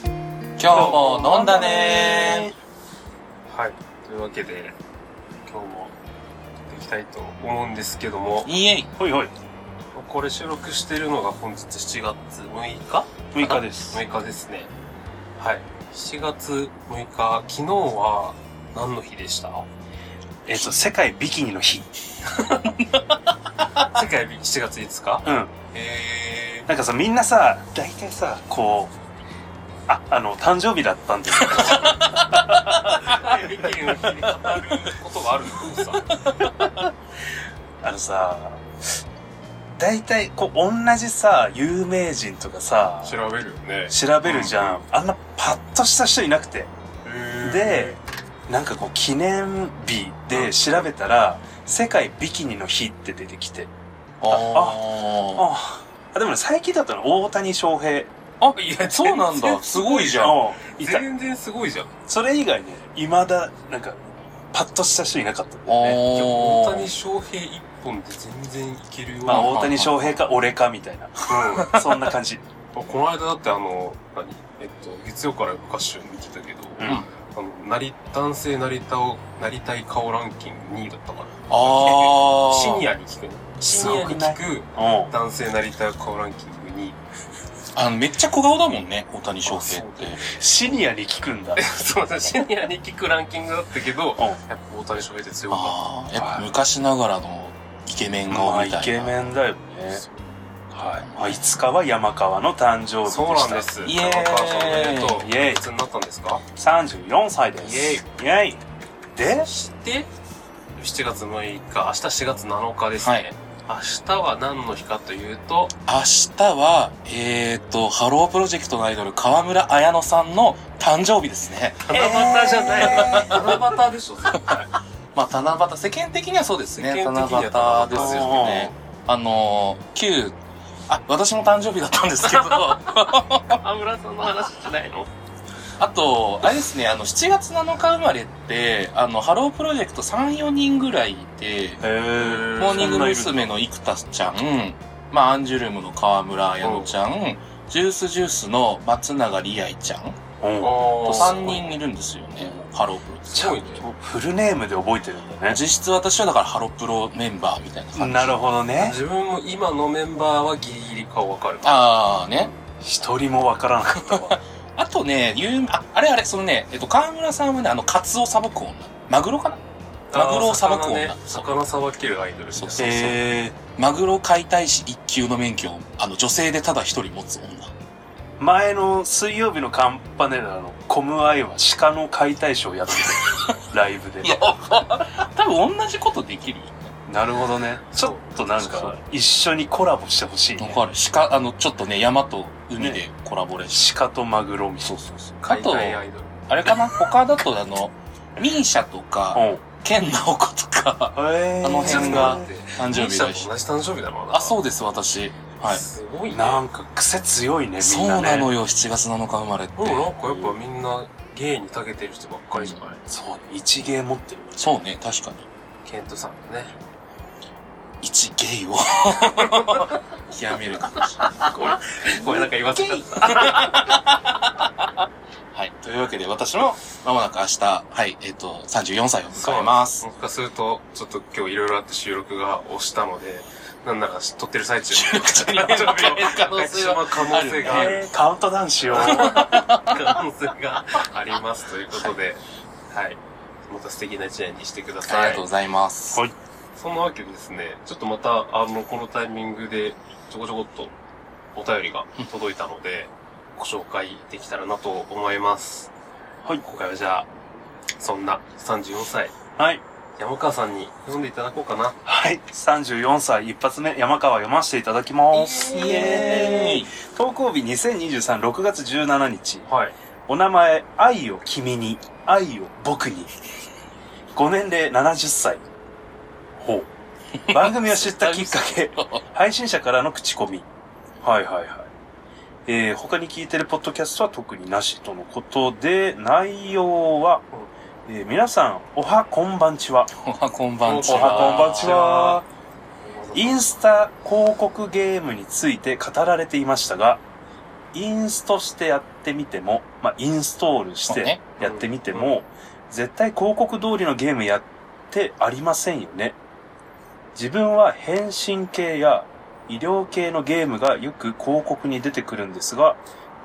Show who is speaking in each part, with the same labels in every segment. Speaker 1: 今日も飲んだね
Speaker 2: はいというわけで今日もやっていきたいと思うんですけども
Speaker 1: イエイ
Speaker 3: ほいほい。
Speaker 2: これ収録してるのが本日7月6日
Speaker 3: 6日です。
Speaker 2: 6日ですねはい7月6日昨日は何の日でした
Speaker 3: えっ、と、世界ビキニの日。
Speaker 2: 世界日7月5日
Speaker 3: うん。
Speaker 2: え
Speaker 3: なんかさ、みんなさ、大体さ、こう、あ、あの、誕生日だった んですよ。
Speaker 2: ー、ビキニの日に語ることがあるのさ
Speaker 3: あのさ、大体、こう、同じさ、有名人とかさ、
Speaker 2: 調べるよね
Speaker 3: 調べるじゃん。あんなパッとした人いなくて。で、なんかこう、記念日で調べたら、世界ビキニの日って出てきて。
Speaker 1: あ
Speaker 3: ああ、でもね、最近だったの、大谷翔平。
Speaker 1: あ
Speaker 2: い
Speaker 1: あ
Speaker 2: や
Speaker 1: そうなん
Speaker 2: 全
Speaker 1: だ
Speaker 2: 然
Speaker 1: すごいじゃん
Speaker 3: うんいた。
Speaker 2: 全然すごいじゃん
Speaker 3: それ以外ね、未だ、なんか、パッとした人いなかったんだよね。
Speaker 2: いや
Speaker 1: お
Speaker 2: 大谷翔平一本で全然いけるよう
Speaker 3: ま
Speaker 2: な
Speaker 3: あ、
Speaker 1: お
Speaker 3: 大谷翔平か俺かみたいな。
Speaker 2: うん
Speaker 3: そんな感じ。
Speaker 2: この間だってあの、何えっと、月曜から歌集見てたけど、
Speaker 3: うん
Speaker 2: あの、なり、男性なりたを、なりたい顔ランキング2位だったから。
Speaker 1: あ
Speaker 2: シニ
Speaker 1: ア
Speaker 2: アに聞くね。シ
Speaker 3: す
Speaker 2: ニ
Speaker 3: ご
Speaker 2: ア
Speaker 3: く
Speaker 2: に
Speaker 3: ない
Speaker 2: 聞く
Speaker 3: う
Speaker 2: 男性なりたい顔ランキング2位。
Speaker 1: あのめっちゃ小顔だもんね大谷翔平って
Speaker 3: ん。シニアに聞くんだ。
Speaker 2: そうだ、シニアに聞くランキングだったけど、
Speaker 3: うん
Speaker 2: やっぱ大谷翔平って強か
Speaker 1: ああやっぱ昔ながらのイケメン顔
Speaker 3: まあ、
Speaker 1: みたいな、
Speaker 3: イケメンだよね。
Speaker 2: った。
Speaker 3: はい。まあ、いつかは山川の誕生日でした。
Speaker 2: そうなんです。
Speaker 1: イエーイ
Speaker 2: お母さんおめでとう。
Speaker 3: イエーイ
Speaker 2: いつになったんですか
Speaker 3: 34歳です。イェイ。イェイ。で
Speaker 2: そ、して、7月6日、明日4月7日ですね。
Speaker 1: はい
Speaker 2: 明日は何の日かというと、
Speaker 1: 明日はえっ、ー、とハロープロジェクトのアイドル川村綾乃さんの誕生日ですね
Speaker 2: 七夕じゃない。七夕でしょ、絶対。
Speaker 1: まあ七夕世間的にはそうですね
Speaker 2: 世間
Speaker 1: 七
Speaker 2: 的には
Speaker 1: 夕
Speaker 2: 七
Speaker 1: で
Speaker 2: 夕
Speaker 1: すよねあの旧あ私も誕生日だったんですけど
Speaker 2: 川村さんの話じゃないの
Speaker 1: あと、あれですね、あの、7月7日生まれって、あの、ハロープロジェクト3、4人ぐらいいて、
Speaker 3: へー
Speaker 1: モーニング娘。の生田ちゃん、まあ、アンジュルムの川村彩乃ちゃん、ジュースジュースの松永里愛ちゃん
Speaker 3: そ
Speaker 2: あ
Speaker 3: んないるうん
Speaker 1: と3人いるんですよね、ハロープロ
Speaker 2: すごいね。
Speaker 3: フルネームで覚えてるんだね。
Speaker 1: 実質私はだからハロプロメンバーみたいな感じ。
Speaker 3: なるほどね。
Speaker 2: 自分も今のメンバーはギリギリ顔わかる。
Speaker 1: あーね。
Speaker 3: 一人もわからなかったわ。
Speaker 1: あとね、有名、あ、あれあれ、そのね、えっと、川村さんはね、あの、カツオさばく女。マグロかなマグロをさばく女
Speaker 2: 魚ね魚さばけるアイドルみたいな
Speaker 1: そう
Speaker 3: へえ。
Speaker 1: マグロ解体師一級の免許を、あの、女性でただ一人持つ女。
Speaker 3: 前の水曜日のカンパネラのコムアイは鹿の解体ショーやってたライブで
Speaker 1: いや、多分同じことできるよね。
Speaker 3: なるほどねちょっとなん
Speaker 2: そう
Speaker 3: か一緒にコラボしてほしい、
Speaker 1: わ
Speaker 3: ね、
Speaker 1: かる。鹿、あの、ちょっとね、山と海でコラボレーション。
Speaker 3: 鹿とマグロみたい
Speaker 1: そうそうそう。あ
Speaker 2: 海
Speaker 1: と、
Speaker 2: 外アイドル。
Speaker 1: あれかな他だと、あの、ミーシャと
Speaker 3: な
Speaker 1: か、
Speaker 3: うん
Speaker 1: ケンナオコとか、
Speaker 3: えー
Speaker 1: あの辺が誕
Speaker 2: ち
Speaker 1: 生
Speaker 2: ょっと待って。ミー
Speaker 1: 日
Speaker 2: シャ
Speaker 1: だし
Speaker 2: と。同じ誕生日だろうな。
Speaker 1: あ、そうです、私。はい。
Speaker 2: すごいね。
Speaker 3: なんか癖強いねみ
Speaker 1: そ
Speaker 3: ん
Speaker 1: う
Speaker 3: なね
Speaker 1: なのよ、7月7日生まれって
Speaker 2: もう。なんかやっぱみんな芸に長けてる人ばっかりじゃない
Speaker 3: そうね一芸持ってる
Speaker 1: そうね、確かに。
Speaker 2: ケントさんがね。
Speaker 1: 一ゲイ を、極めるかもしれない。
Speaker 2: これなんか言わせちゃった。
Speaker 1: はい。というわけで、私も、まもなく明日、はい、えっ、と、34歳を迎えます。
Speaker 2: 僕からすると、ちょっと今日いろいろあって収録が押したので、なんなら撮ってる最中
Speaker 1: 収
Speaker 2: に。
Speaker 1: 録中に迎える可能性は。
Speaker 2: 可能性があ る。
Speaker 3: えー、カウントダウン しよう
Speaker 2: 可能性がありますということで、はい。また素敵な一年にしてく
Speaker 1: あ
Speaker 2: だ
Speaker 1: り
Speaker 2: さ
Speaker 1: が
Speaker 2: い
Speaker 1: とう。ございます。
Speaker 3: はい
Speaker 2: そんなわけでですね、ちょっとまた、あの、このタイミングで、ちょこちょこっとお便りが届いたので、ご紹介できたらなと思います。
Speaker 3: はい
Speaker 2: 今回はじゃあ、そんな34歳、
Speaker 3: はい
Speaker 2: 山川さんに読んでいただこうかな。
Speaker 3: はい34歳一発目山川読ませていただきます
Speaker 1: イエーイ
Speaker 3: 投稿日20236月17日
Speaker 2: はい。
Speaker 3: お名前、愛を君に、愛を僕に。ご年齢70歳。ほ う。番組を知ったきっかけ、配信者からの口コミ。はいはいはい。えー、他に聞いてるポッドキャストは特になしとのことで、内容は、えー皆さん、おはこんばんちは。
Speaker 1: おはこんばんち
Speaker 3: お
Speaker 1: は。
Speaker 3: はこんばんちは。イ
Speaker 2: ン
Speaker 3: ンスタ広告ゲームについて語られていましたが、インストしてやってみても、まあ、インストールし
Speaker 1: そう
Speaker 3: て
Speaker 1: ね。
Speaker 3: やってみて
Speaker 2: うんう
Speaker 3: も、絶対広告通りのゲームやってありませんよね。自分は変身系や医療系のゲームがよく広告に出てくるんですが、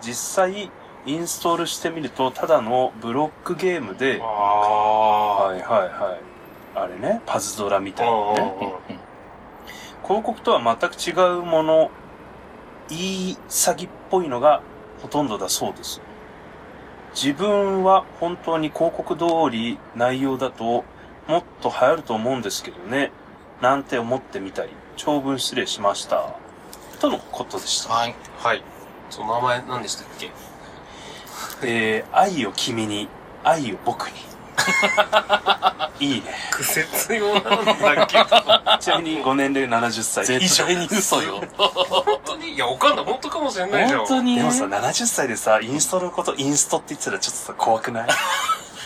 Speaker 3: 実際インストールしてみるとただのブロックゲームで、
Speaker 2: あ
Speaker 3: はいはいはい。あれね、パズドラみ
Speaker 2: あ。
Speaker 3: たいなね。
Speaker 1: うん
Speaker 2: うん
Speaker 1: うん
Speaker 3: 広告とは全く違うもの、言い詐欺っぽいのがほとんどだそうです。自分は本当に広告通り内容だともっと流行ると思うんですけどね、なんて思ってみたり、長文失礼しました。とのことでした。
Speaker 1: はい。
Speaker 2: はい。その名前何でしたっけ
Speaker 3: えー、愛を君に、愛を僕 に。いいね。
Speaker 2: 癖強なんだけ ど。
Speaker 3: ちなみにご年齢70歳以
Speaker 1: 絶
Speaker 3: 上。
Speaker 1: 対に嘘よ。
Speaker 2: 本当にいや、わかんない。本当かもしれないじゃん。
Speaker 1: 本当に
Speaker 3: で
Speaker 1: ね
Speaker 3: もさ、70歳でさ、インストのことインストって言ってたらちょっとさ、怖くない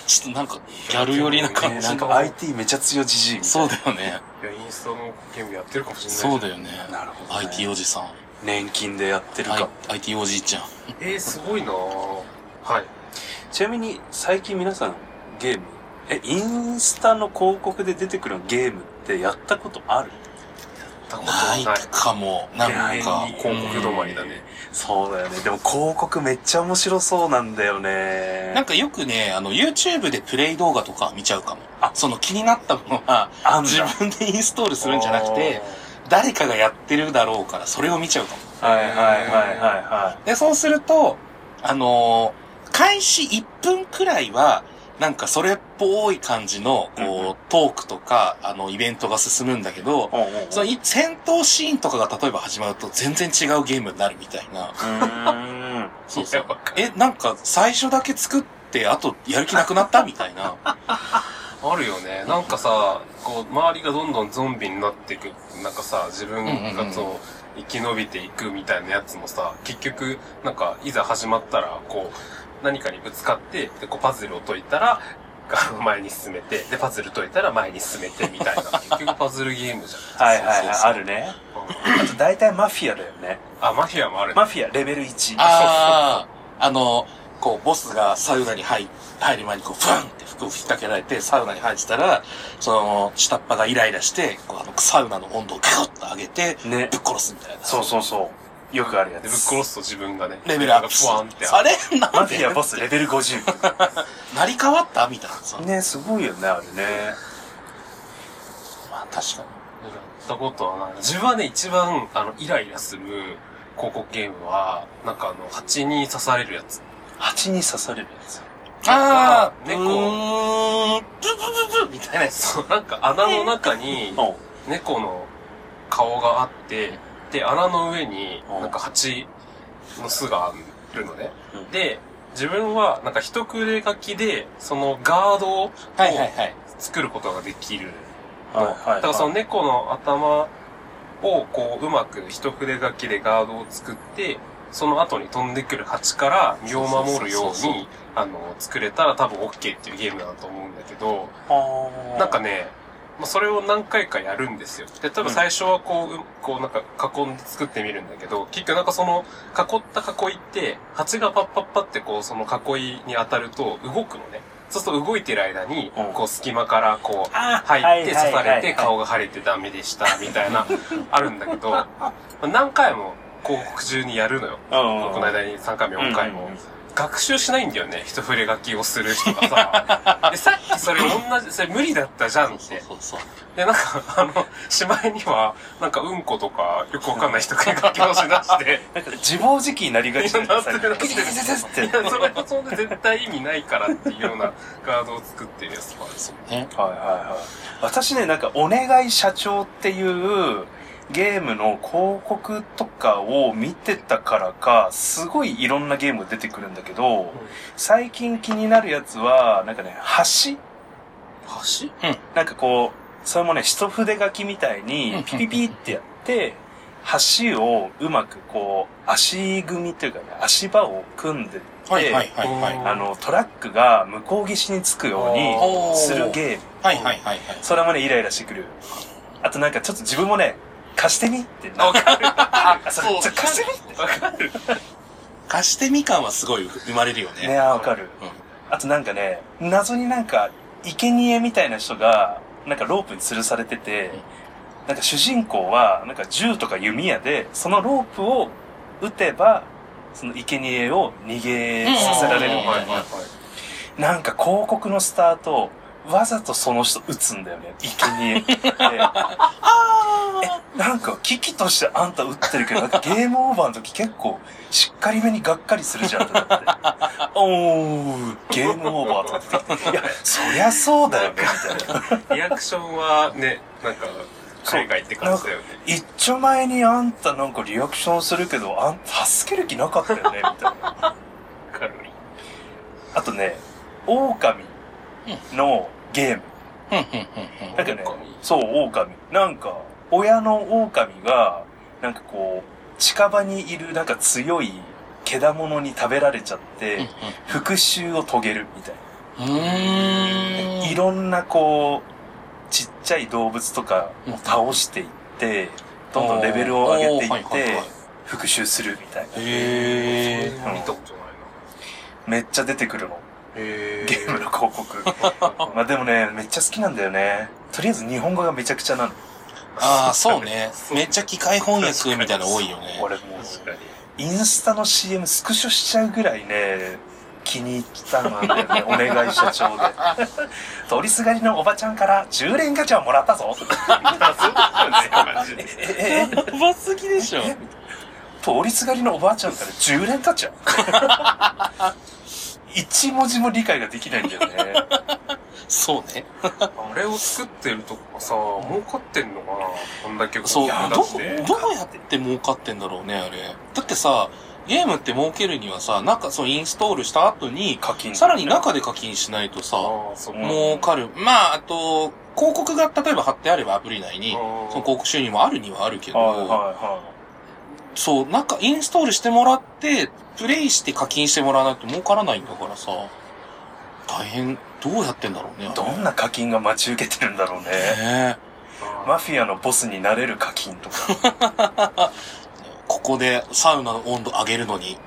Speaker 1: ちょっとなんか、ギャル寄りな
Speaker 2: ね
Speaker 1: 感
Speaker 3: ね
Speaker 1: じ
Speaker 3: なん
Speaker 1: の。
Speaker 3: か IT めちゃ強いじじいみた
Speaker 1: そ
Speaker 3: いう
Speaker 1: だよね。
Speaker 2: いや、インスタのゲームやってるかもしれない。
Speaker 1: そうだよね。
Speaker 3: な。なるほど、ね。
Speaker 1: IT おじさん。
Speaker 3: 年金でやってるか、
Speaker 1: はい IT おじいちゃん。
Speaker 2: えー、すごいなぁ。はい。
Speaker 3: ちなみに最近皆さんゲーム、え、インスタの広告で出てくるゲームってやったことある
Speaker 2: たこと
Speaker 1: ない
Speaker 2: ない。
Speaker 1: かも。なん
Speaker 3: い
Speaker 1: か。
Speaker 3: や
Speaker 2: 広告止まりだね。
Speaker 3: そうだよね。でも広告めっちゃ面白そうなんだよね。
Speaker 1: なんかよくね、あの、YouTube でプレイ動画とか見ちゃうかも。
Speaker 3: あ
Speaker 1: その気になったものは、
Speaker 3: あん
Speaker 1: 自
Speaker 3: だ。
Speaker 1: 分でインストールするんじゃなくて、誰かがやってるだろうから、それを見ちゃうかも。
Speaker 3: はいはいはいはいは
Speaker 1: で、そうすると、あのー開始1分くらいは、なんかそれっぽい感じの、
Speaker 3: うんう
Speaker 1: こう、トークとか、あの、イベントが進むんだけど
Speaker 3: い、おうおうおう。
Speaker 1: そのい戦闘シーンとかが例えば始まると全然違うゲームになるみたいな。
Speaker 3: うーん。
Speaker 1: そう
Speaker 2: い
Speaker 1: そ
Speaker 2: や
Speaker 1: う。
Speaker 2: わかんない
Speaker 1: え、なんか最初だけ作って、あとやる気なくなったみたい な。
Speaker 2: あるよね。なんかさ、こう、周りがどんどんゾンビになっていく。なんかさ、自分がそう、生き延びていくみたいなやつもさ、結局、なんか、いざ始まったら、こう、何かにぶつかって、で、こう、パズルを解いたら、 あの前に進めて、で、パズル解いたら前に進めて、みた いな。結局パズルゲームじゃん。
Speaker 3: はいはい
Speaker 1: そうそう
Speaker 3: はい。
Speaker 1: そう
Speaker 3: あるね。
Speaker 2: うん
Speaker 3: あと大体マフィアだよね。
Speaker 2: あ、マフィアもあるね。
Speaker 3: マフィアレベル1。
Speaker 1: ああ、あの、こう、ボスがサウナに入入る前にこう、ファンって服を引っ掛けられて、サウナに入ってたら、その、下っ端がイライラして、こう、あの、サウナの温度をガコッと上げて、
Speaker 3: ね
Speaker 1: ぶっ。殺すみたいな。
Speaker 3: そうそうそう。よくあるや
Speaker 2: で、ぶっ
Speaker 3: つ。
Speaker 2: 殺すと自分がね、
Speaker 1: レベルアップ
Speaker 2: ふわんって
Speaker 1: あれ なん
Speaker 3: マフ
Speaker 1: で
Speaker 3: ィアボスレベル50。
Speaker 1: 成り変わったみたいなさ。
Speaker 3: ね、すごいよね、あれね。
Speaker 1: まあ、確かに。
Speaker 2: やったことはない。自分はね、一番、あの、イライラする広告ゲームは、なんかあの、蜂に刺されるやつ。
Speaker 3: 蜂に刺されるやつ。
Speaker 1: ああ、
Speaker 2: 猫
Speaker 1: うーん、ブブブブみたいなやつ。
Speaker 2: そう、なんか穴の中に、
Speaker 3: お
Speaker 2: 猫の顔があって、で、穴の上に、
Speaker 3: うん
Speaker 2: なんか蜂の巣があるのね
Speaker 3: うん。
Speaker 2: で、自分は、なんか一筆書きで、そのガードを
Speaker 1: はいはいはい。
Speaker 2: 作ることができる
Speaker 3: はいはい。
Speaker 2: だからその猫の頭をこううまく一筆書きでガードを作って、その後に飛んでくる蜂から身を守るよ
Speaker 1: そう
Speaker 2: う
Speaker 1: そうそう
Speaker 2: に、あの、作れたら多分 OK っていうゲームだと思うんだけど、
Speaker 3: あー
Speaker 2: なんか、ね、まあそれを何回かやるんですよ。で、多分最初はこう、うこうなんか囲んで作ってみるんだけど、結局なんかその囲った囲いって、蜂がパッパッパってこうその囲いに当たると動くのね。そうすると動いてる間に
Speaker 3: うん、
Speaker 2: こう隙間からこう、
Speaker 3: あー
Speaker 2: 入って刺されて。
Speaker 3: はいはいはいはい
Speaker 2: 顔が腫れてダメでしたみたいな、あるんだけど、まあ何回も広告中にやるのよ。
Speaker 3: うんうん
Speaker 2: この間に3回目、4回
Speaker 3: う
Speaker 2: も
Speaker 3: ん。
Speaker 2: 学習しないんだよね。一筆書きをする人がさ。で、さっきそれ同じ、それ無理だったじゃんって。
Speaker 1: そうそうそう。
Speaker 2: で、なんか、あの、しまいには、なんかうんことかよくわかんない人が書きをしだして。
Speaker 3: なんか自暴自棄になりがちだよね
Speaker 2: いやなって るなってる
Speaker 3: グズグズグズ
Speaker 2: い
Speaker 3: って。
Speaker 2: や、それはそんで絶対意味ないからっていうようなガードを作ってるやつもあるし。
Speaker 1: ね。
Speaker 3: はいはいはい。私ね、なんか、お願い社長っていうゲームの広告とかを見てたからか、すごいいろんなゲーム出てくるんだけど、最近気になるやつは、なんかね、橋
Speaker 2: 橋
Speaker 3: なんかこう、それもね、一筆書きみたい
Speaker 1: うん
Speaker 3: に、ピピピってやって、橋をうまくこう、足組みというかね、足場を組んで、
Speaker 1: はいはいはいはい。
Speaker 2: うん
Speaker 1: は
Speaker 3: あの、トラックが向こう岸につくように
Speaker 1: おー
Speaker 3: するゲーム。
Speaker 1: いはいはいはい。
Speaker 3: それもね、イライラしてくる。あとなんかちょっと自分もね、貸してみってな。
Speaker 2: わかる。
Speaker 3: あ、そ
Speaker 1: そう
Speaker 3: れ、ちょ貸してみ
Speaker 2: わかる。
Speaker 1: 貸してみ感はすごい生まれるよね。
Speaker 3: ね、あわかる。
Speaker 1: うん
Speaker 3: あとなんかね、謎になんか、生贄みたいな人が、なんかロープに吊るされてて、なんか主人公は、なんか銃とか弓矢で、そのロープを撃てば、その生贄を逃げさせられる
Speaker 1: うんうん
Speaker 3: み
Speaker 1: うん
Speaker 3: たいな。なんか広告のスタート、わざとその人撃つんだよね、生贄 って。え、なんか危機としてあんた撃ってるけど、なんかゲームオーバーの時結構しっかりめにがっかりするじゃんってなって。おー、ゲームオーバーとか出てきて。いや、そりゃそうだよね、みたいな。
Speaker 2: リアクションはね、なんか、海外って感じだよね。
Speaker 3: 一丁前にあんたなんかリアクションするけど、あんた助ける気なかったよね、みたいな。
Speaker 2: カロリー。
Speaker 3: あとね、狼のゲーム。
Speaker 1: うんうんうんうん
Speaker 3: なんかね
Speaker 2: 狼、
Speaker 3: そう、狼。なんか、親の狼が、なんかこう、近場にいるなんか強い毛だものに食べられちゃって、復讐を遂げるみたい
Speaker 1: うんうん。う
Speaker 3: な。
Speaker 1: ーん。
Speaker 3: いろんなこう、ちっちゃい動物とかを倒していって、どんどんレベルを上げて
Speaker 1: おー
Speaker 3: い
Speaker 1: は
Speaker 3: っ
Speaker 1: はいは
Speaker 3: て、復讐するみたいな。
Speaker 1: へえ。
Speaker 2: 見たことないな。
Speaker 3: めっちゃ出てくるの。
Speaker 2: へ
Speaker 3: ゲームの広告。 まあでもね、めっちゃ好きなんだよね。とりあえず日本語がめちゃくちゃなの。
Speaker 1: ああ、そうね。めっちゃ機械翻訳みたいなの多いよね。
Speaker 3: 俺もう、
Speaker 2: 確かに。
Speaker 3: インスタの CM スクショしちゃうぐらいね、気に入ったんだよ ね、お願い社長で。 通りすがりのおばちゃんから10連ガチャをもらったぞ。
Speaker 2: あ、そうなんだよ、マジで。
Speaker 3: え、え、え、
Speaker 1: やばすぎでしょ。
Speaker 3: 通りすがりのおばあちゃんから10連ガチャ 一文字も理解ができないんだよね。
Speaker 1: そうね。
Speaker 2: あれを作ってるとこさ、儲かってんのかなこんだけ
Speaker 1: そう。
Speaker 2: こ
Speaker 1: ど
Speaker 2: う出して。
Speaker 1: う、どうやって儲かってんだろうね、あれ。だってさ、ゲームって儲けるにはさ、なんかそうインストールした後に、
Speaker 3: 課金。
Speaker 1: さらに中で課金しないとさ、
Speaker 2: ああ、そっか。
Speaker 3: うん
Speaker 1: 儲かる。まあ、あと、広告が例えば貼ってあればアプリ内に、その
Speaker 2: そ
Speaker 1: 広告収入もあるにはあるけ
Speaker 3: はいはい
Speaker 1: ど、
Speaker 3: は
Speaker 1: そう、なんかインストールしてもらって、プレイして課金してもらわないと儲からないんだからさ、大変、どうやってんだろうね。あ
Speaker 3: い。
Speaker 1: れ
Speaker 3: どんな課金が待ち受けてるんだろう ね。
Speaker 1: ね
Speaker 2: ま
Speaker 3: マフィアのボスになれる課金とか。
Speaker 1: えここでサウナの温度上げるのに、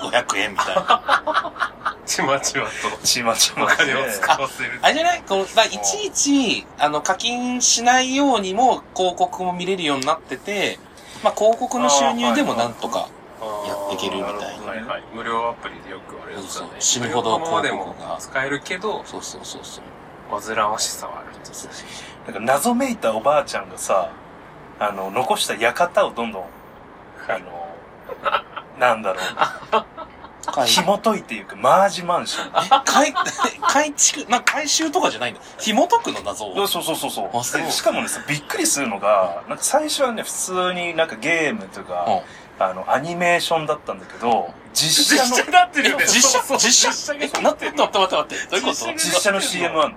Speaker 1: 500円みたいな。
Speaker 2: ちまちまと
Speaker 3: ちまち
Speaker 2: お
Speaker 3: まで
Speaker 2: 金を使わせ る。
Speaker 1: あれじゃないこの、だからいちいち、あの、課金しないようにも広告も見れるようになってて、まあ、広告の収入でもなんとか、やっていけるみたいな
Speaker 2: はいはい。無料アプリでよくあれだったね。
Speaker 1: そう死ぬほど
Speaker 2: 無料のままで
Speaker 1: 広
Speaker 2: も
Speaker 1: 告が
Speaker 2: 使えるけど、
Speaker 1: そうそうそうそう。
Speaker 2: 煩わしさはあると。
Speaker 3: なんか謎めいたおばあちゃんがさ、あの、残した館をどんどん、あの、なんだろう、
Speaker 1: 回
Speaker 3: 紐解いていく、マージマンション。
Speaker 1: 改、 改築、なんか改修とかじゃないんだ。紐解くの謎を。
Speaker 3: そうそうそうそう
Speaker 1: あそう
Speaker 3: でしかもね、さびっくりするのが、なんか最初はね、普通になんかゲームというか、あの、アニメーションだったんだけど、実写の、
Speaker 2: になって
Speaker 1: え実
Speaker 2: そう
Speaker 1: 写実写
Speaker 2: そう実写が
Speaker 1: えなってんの待って待って待って。どういうこと
Speaker 2: 実写
Speaker 3: 実写の CM あんの。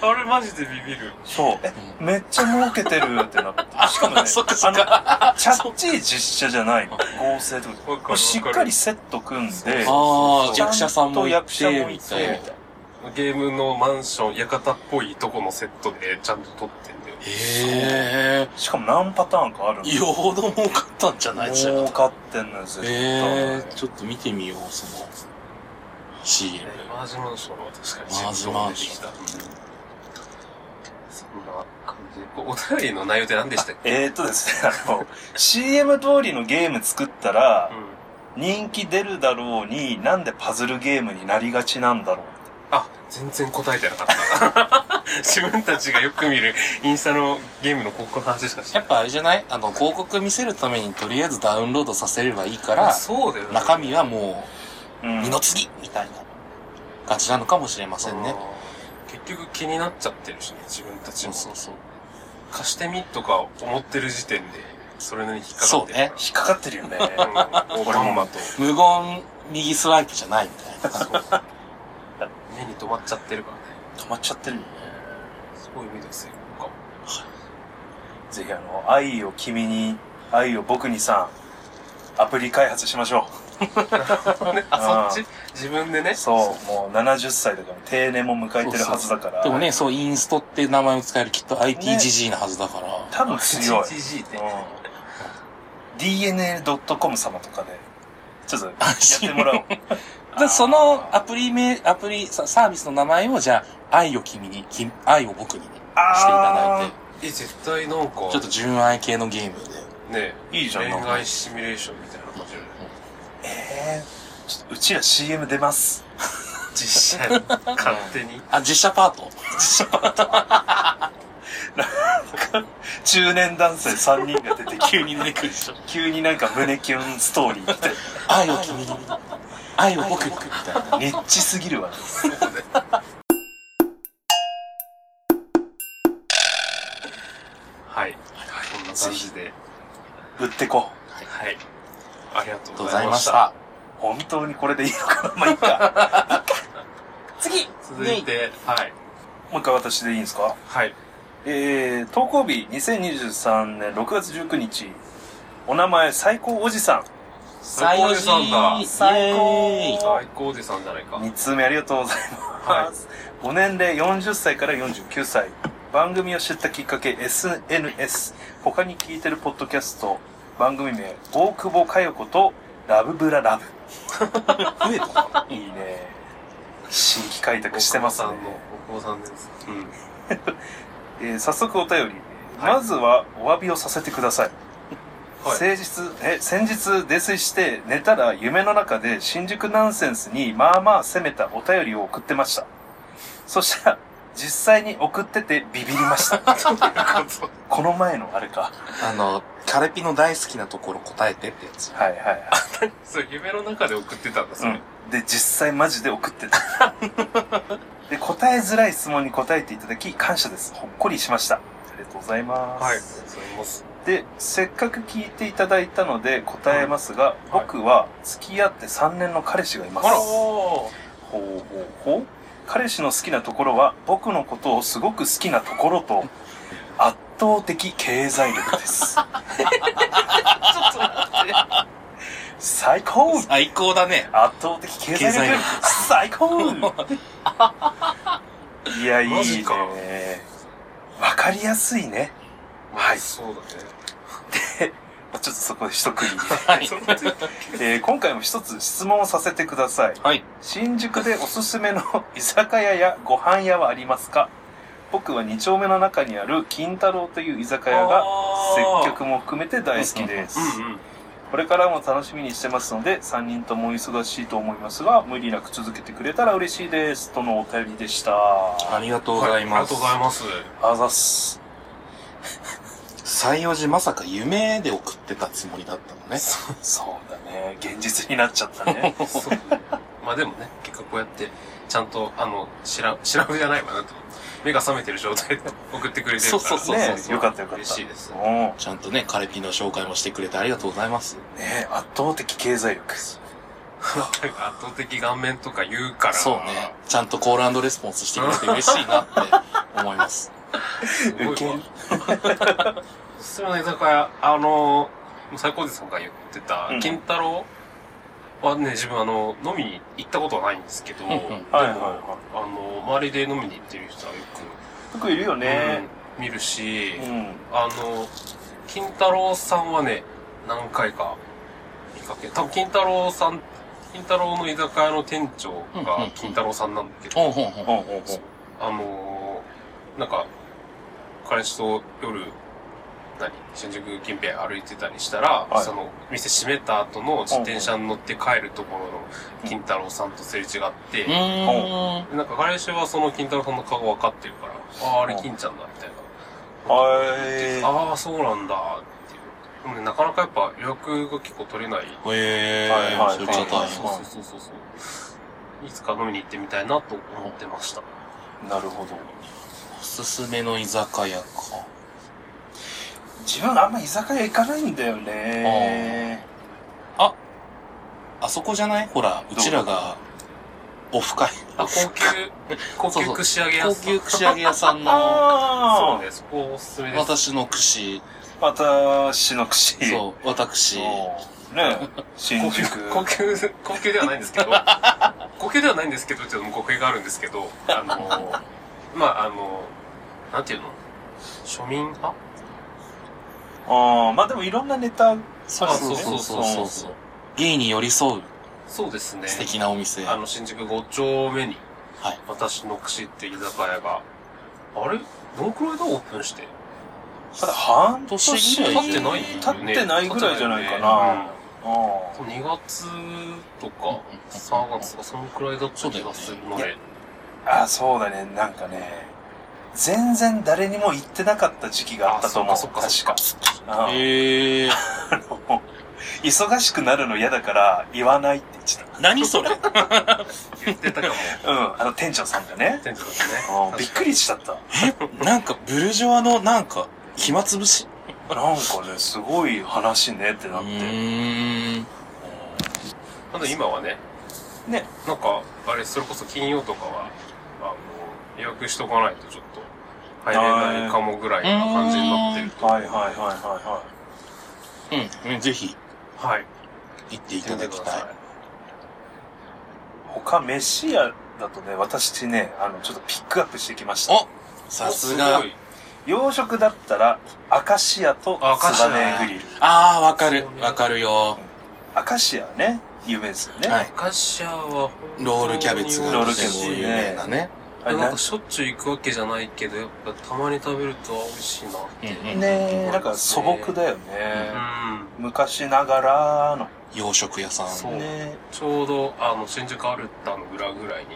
Speaker 2: あれマジでビビる。
Speaker 3: そう。え、めっちゃ儲けてるってなって。しかもね、
Speaker 1: そっかそっか。
Speaker 3: あの、ちゃっちい実写じゃないの。合成とか。
Speaker 2: わかる
Speaker 3: しっかりセット組んで、
Speaker 2: あ
Speaker 1: あ
Speaker 2: そうそ
Speaker 1: あ、
Speaker 2: うそう
Speaker 1: 役者さんもいて、み
Speaker 3: ちゃんと役者もいて
Speaker 1: たいな。へ
Speaker 2: ゲームのマンション、館っぽいとこのセットでちゃんと撮ってんだよ。
Speaker 1: え。
Speaker 3: しかも何パターンかあるの。
Speaker 1: よほど儲かったんじゃないじゃん。
Speaker 3: 儲かってんのよ、ずっと。
Speaker 1: ええ、ちょっと見てみよう、その、CM。
Speaker 2: マージマンションは確かに
Speaker 1: マージマンション
Speaker 2: 自分でできたそんな感じで。こうお便りの内容って何でしたっけ
Speaker 3: えーっとですね、あの、CM 通りのゲーム作ったら
Speaker 2: う、ん。
Speaker 3: 人気出るだろうに、なんでパズルゲームになりがちなんだろう。
Speaker 2: あ、全然答えてなかった。 自分たちがよく見るインスタのゲームの広告の話しかして
Speaker 1: や
Speaker 2: な
Speaker 1: っ
Speaker 2: い。
Speaker 1: ぱあれじゃないあの、広告見せるためにとりあえずダウンロードさせればいいか
Speaker 2: あ
Speaker 1: ら、
Speaker 2: そうだよね。
Speaker 1: 中身はも
Speaker 3: う
Speaker 1: う、
Speaker 3: ん
Speaker 1: 二の次みたいな感じなのかもしれませんね。
Speaker 2: あー結局気になっちゃってるしね、自分たち
Speaker 1: そ
Speaker 2: も
Speaker 1: う。そうそう。
Speaker 2: 貸してみとか思ってる時点で、それなりに引っかか
Speaker 1: そ
Speaker 2: っ
Speaker 1: う
Speaker 2: てる
Speaker 1: ね
Speaker 2: か。
Speaker 3: 引っかかってる よね。
Speaker 2: ら。うん。おまんまと。
Speaker 1: 無言右スワイプじゃないみたいな。
Speaker 2: そう目に留まっちゃってるからね。
Speaker 3: 止まっちゃってるよね。
Speaker 2: すごい意味ですよ。なんか
Speaker 3: ぜひあの、愛を君に、愛を僕にさん、アプリ開発しましょ
Speaker 2: ね、あ、そっち自分でね。
Speaker 3: う。そう、もう70歳とか定年も迎えてるはずだから。
Speaker 1: でもね、そう、インストって名前を使えるきっと ITGG なはずだから。
Speaker 3: 多分強い。
Speaker 2: GG って。
Speaker 3: うん DNA.com 様とかで、ちょっと、やっても らおう。
Speaker 1: で、そのアプリ名、アプリ、ササービスの名前を、じゃあ、愛を君に、君愛を僕にね、していただいて、
Speaker 2: え、絶対なんか、
Speaker 1: ちょっと純愛系のゲームで。
Speaker 2: ね、
Speaker 3: いいじゃん
Speaker 2: 恋
Speaker 3: なんか
Speaker 2: 愛シミュレーションみたいな感じじゃない
Speaker 3: て。えー、ちょっと、うちら CM 出ます。
Speaker 2: 実写に、勝手に。
Speaker 1: あ、実写パート
Speaker 3: 中年男性3人が出て、急に、
Speaker 1: 出てくるでしょ。
Speaker 3: 急になんか胸キュンストーリーみたい
Speaker 1: 愛を君に、愛を僕に、みたいな。
Speaker 3: な。ニッチすぎるわ。
Speaker 2: はい。こんな感じで。
Speaker 3: 売ってこう。
Speaker 2: はい。ありがと
Speaker 1: ありが
Speaker 2: う
Speaker 1: とう
Speaker 2: ご
Speaker 1: ご
Speaker 2: ざ
Speaker 1: ざ
Speaker 2: い
Speaker 1: い
Speaker 2: ま
Speaker 1: ま
Speaker 2: し。
Speaker 1: したた。
Speaker 3: 本当にこれでいいのかなまあ、いいか。
Speaker 1: 次
Speaker 2: 続いて、はい。
Speaker 3: もう一回私でいいんですか
Speaker 2: はい。
Speaker 3: えー、投稿日2023年6月19日。お名前、最高おじさ
Speaker 2: 最高おじさんだ。
Speaker 1: 最高
Speaker 2: 最高おじさんじゃないか
Speaker 3: ん。。2通目ありがとうございます。お年齢40歳から49歳。番組を知ったきっかけ、SNS。他に聞いてるポッドキャスト。番組名、大久保佳代子と、ラブブララ
Speaker 1: 増えた
Speaker 3: ブ。いいね。新規開拓してますね
Speaker 2: 大久。保さんの、お子さんです。うん。
Speaker 3: えー早速お便り。
Speaker 2: はい
Speaker 3: まずは、お詫びをさせてください。
Speaker 2: はい。
Speaker 3: 先日、え、先日泥酔して寝たら夢の中で新宿ナンセンスにまあまあ攻めたお便りを送ってました。そしたら、実際に送っててビビりま した。この前のあれか。
Speaker 1: あの、カレピの大好きなところ答えてってやつ。
Speaker 3: はいはいはい。
Speaker 2: そう、夢の中で送ってたんだ、それ。
Speaker 3: うん、で、実際マジで送ってた。で、答えづらい質問に答えていただき感謝です。ほっこりしました。ありがとうございます。
Speaker 2: はい。そういます。
Speaker 3: で、せっかく聞いていただいたので答えますが、
Speaker 2: はい
Speaker 3: 僕は付き合って3年の彼氏がいます。
Speaker 2: おー
Speaker 3: ほうほうほう。彼氏の好きなところは、僕のことをすごく好きなところ と、圧倒的経済力です。最高圧
Speaker 1: 最高だね。
Speaker 3: 倒的経済力
Speaker 1: 経済力
Speaker 3: 最高いや、いい
Speaker 2: マジ
Speaker 3: ね
Speaker 2: か。
Speaker 3: わかりやすいね。はい
Speaker 2: そうだね。
Speaker 3: まあちょっとそこで一区切り。
Speaker 1: はい。
Speaker 2: そうだね
Speaker 3: えー今回も一つ質問をさせてください。
Speaker 1: はい。
Speaker 3: 新宿でおすすめの 居酒屋やご飯屋はありますか僕は2丁目の中にある金太郎という居酒屋が接客も含めて大好きです。
Speaker 2: うんうん。
Speaker 3: これからも楽しみにしてますので、3人ともお忙しいと思いますが、無理なく続けてくれたら嬉しいです。とのお便りでした。
Speaker 1: あ
Speaker 3: あ
Speaker 1: りがとうござい
Speaker 2: はあり
Speaker 1: ま
Speaker 2: が
Speaker 1: す。
Speaker 2: とうございます。
Speaker 3: ざっす。
Speaker 1: 採用時まさか夢で送ってたつもりだったのね。
Speaker 3: そうだね。現実になっちゃっ たね。
Speaker 2: そうまあでもね、結果こうやって、ちゃんと、あの、しら、しらぶじゃないわなと。目が覚めてる状態で送ってくれてるか
Speaker 1: そ
Speaker 2: ら。
Speaker 1: うそうそう
Speaker 3: ねよかったよかった。
Speaker 2: 嬉しいです。
Speaker 3: うん。ね
Speaker 1: ちゃんとね、カレピの紹介もしてくれてありがとうございます。
Speaker 3: 圧倒的経済力。
Speaker 2: なんか圧倒的顔面とか言うから。
Speaker 1: そうね。ちゃんとコールレスポンスしてくれて嬉しいなって思います。
Speaker 2: すごいわ。
Speaker 3: ウケる
Speaker 2: おすすめの居酒屋、あのー、最高ですさんが言ってた
Speaker 3: うん、
Speaker 2: 金太郎はね、自分あの、飲みに行ったことはないんですけど、
Speaker 1: うんうん
Speaker 2: でも
Speaker 3: はいはいは
Speaker 2: あの、周りで飲みに行ってる人はよ
Speaker 3: い。よくいるよ
Speaker 2: く、
Speaker 3: ね。
Speaker 2: うん見るし、
Speaker 3: うん。
Speaker 2: あの、金太郎さんはね、何回か見かけ、多分金太郎さん、金太郎の居酒屋の店長
Speaker 1: うんうんう
Speaker 2: が
Speaker 1: ん
Speaker 2: 金太郎さんなんだけど、
Speaker 1: ほんほんほん。
Speaker 3: ほうほうほう
Speaker 2: あのー、なんか、彼氏と夜、何新宿近辺歩いてたりしたら、
Speaker 3: はい
Speaker 2: その、店閉めた後の自転車に乗って帰るところの金太郎さんとすれ違って、
Speaker 1: うーん。
Speaker 2: でなんか彼氏はその金太郎さんの顔分かってるから、ああ、あれ金ちゃんだ、みたいな。
Speaker 3: はい。
Speaker 2: ああ、そうなんだ、っていう。でもねなかなかやっぱ予約が結構取れない。
Speaker 1: へ
Speaker 3: はい
Speaker 1: え
Speaker 3: は
Speaker 1: ー、
Speaker 3: い
Speaker 1: それ
Speaker 3: は
Speaker 1: じ
Speaker 3: い
Speaker 1: ゃ大
Speaker 2: そ
Speaker 1: 変
Speaker 2: う。そうそうそう。いつか飲みに行ってみたいなと思ってました。
Speaker 3: なるほど。
Speaker 1: おすすめの居酒屋か。
Speaker 3: 自分あんま居酒屋行かないんだよね。
Speaker 1: あそこじゃないほら、うちらが、オフ会。
Speaker 2: あ、高級、高級串揚げ屋
Speaker 1: 高
Speaker 2: さん。
Speaker 1: 級串揚げ屋さん の、
Speaker 3: あ
Speaker 2: そう
Speaker 3: あ
Speaker 2: ね、そこおすすめです。
Speaker 1: 私の串、
Speaker 3: 私の串。
Speaker 1: そう、私、
Speaker 3: そうねえ新
Speaker 2: 高級
Speaker 3: 宿。、
Speaker 2: 高級、高級ではないんですけど、高級ではないんですけど、ちょっと語弊があるんですけど、あの、まあ、あの、なんていうの庶民派
Speaker 3: ああ、まあでもいろんなネタ、
Speaker 1: そうそうそうそうそうそう。ゲイに寄り添う
Speaker 2: そうですね。
Speaker 1: 素敵なお店。
Speaker 2: あの、新宿5丁目に、
Speaker 1: はい
Speaker 2: 私の串って居酒屋が、あれどのくらいだオープンして。
Speaker 3: ただ半
Speaker 1: 年
Speaker 3: 年
Speaker 1: ぐらい
Speaker 2: 経ってない
Speaker 3: 経ってないぐらいじゃないかな。ああ
Speaker 2: 2月とか3月とか、そのくらいだった気がするの
Speaker 3: そうだ
Speaker 2: で。
Speaker 3: よあ、そうだね。なんかね、全然誰にも言ってなかった時期があったと思う。
Speaker 2: あそっかそっか
Speaker 3: 確か。うん
Speaker 1: ええー、
Speaker 3: 忙しくなるの嫌だから言わないって言って
Speaker 1: 何それ
Speaker 2: 言って たかも。
Speaker 3: た。うん。あの店長さんがね。
Speaker 2: 店長ですね
Speaker 3: う。んびっくりしちゃった。
Speaker 1: なんか、ブルジョワの、なんか、暇つぶし
Speaker 3: なんかね、すごい話ねって
Speaker 1: う
Speaker 3: なって。
Speaker 1: ーん。
Speaker 2: ただ今はね、
Speaker 3: ね。
Speaker 2: なんか、あれ、それこそ金曜とかは、あの、予約しとかないとちょっと入れないかもぐらいな感じになってると。
Speaker 3: はいはいはいはいは
Speaker 1: うんうん、ぜひ、
Speaker 2: はい。
Speaker 1: 行ってい
Speaker 2: 見
Speaker 1: ただきたい。
Speaker 3: い。他、飯屋だとね、私ね、あの、ちょっとピックアップしてきました。
Speaker 1: おさすが。
Speaker 3: 洋食だったら、アカシアと
Speaker 2: あアカ
Speaker 3: ツ
Speaker 2: シア
Speaker 3: バメグリル。
Speaker 1: ああ、わかる。わかるよ。
Speaker 3: アカシアはね、有名ですよね。
Speaker 1: は
Speaker 2: アカシアは、
Speaker 1: ロールキャベツが
Speaker 3: ロール
Speaker 1: と
Speaker 3: キ
Speaker 1: て
Speaker 3: ャベツ
Speaker 1: も有名なね。
Speaker 3: あれ
Speaker 2: なん
Speaker 3: な
Speaker 2: かしょっちゅう行くわけじゃないけど、やっぱたまに食べると美味しいなって。
Speaker 1: うんうん
Speaker 3: ねなんか素朴だよね。
Speaker 2: うん。
Speaker 3: 昔ながらの。
Speaker 1: 洋食屋さん。
Speaker 2: そう
Speaker 3: ね
Speaker 2: ちょうど、あの、新宿アルタの裏ぐらい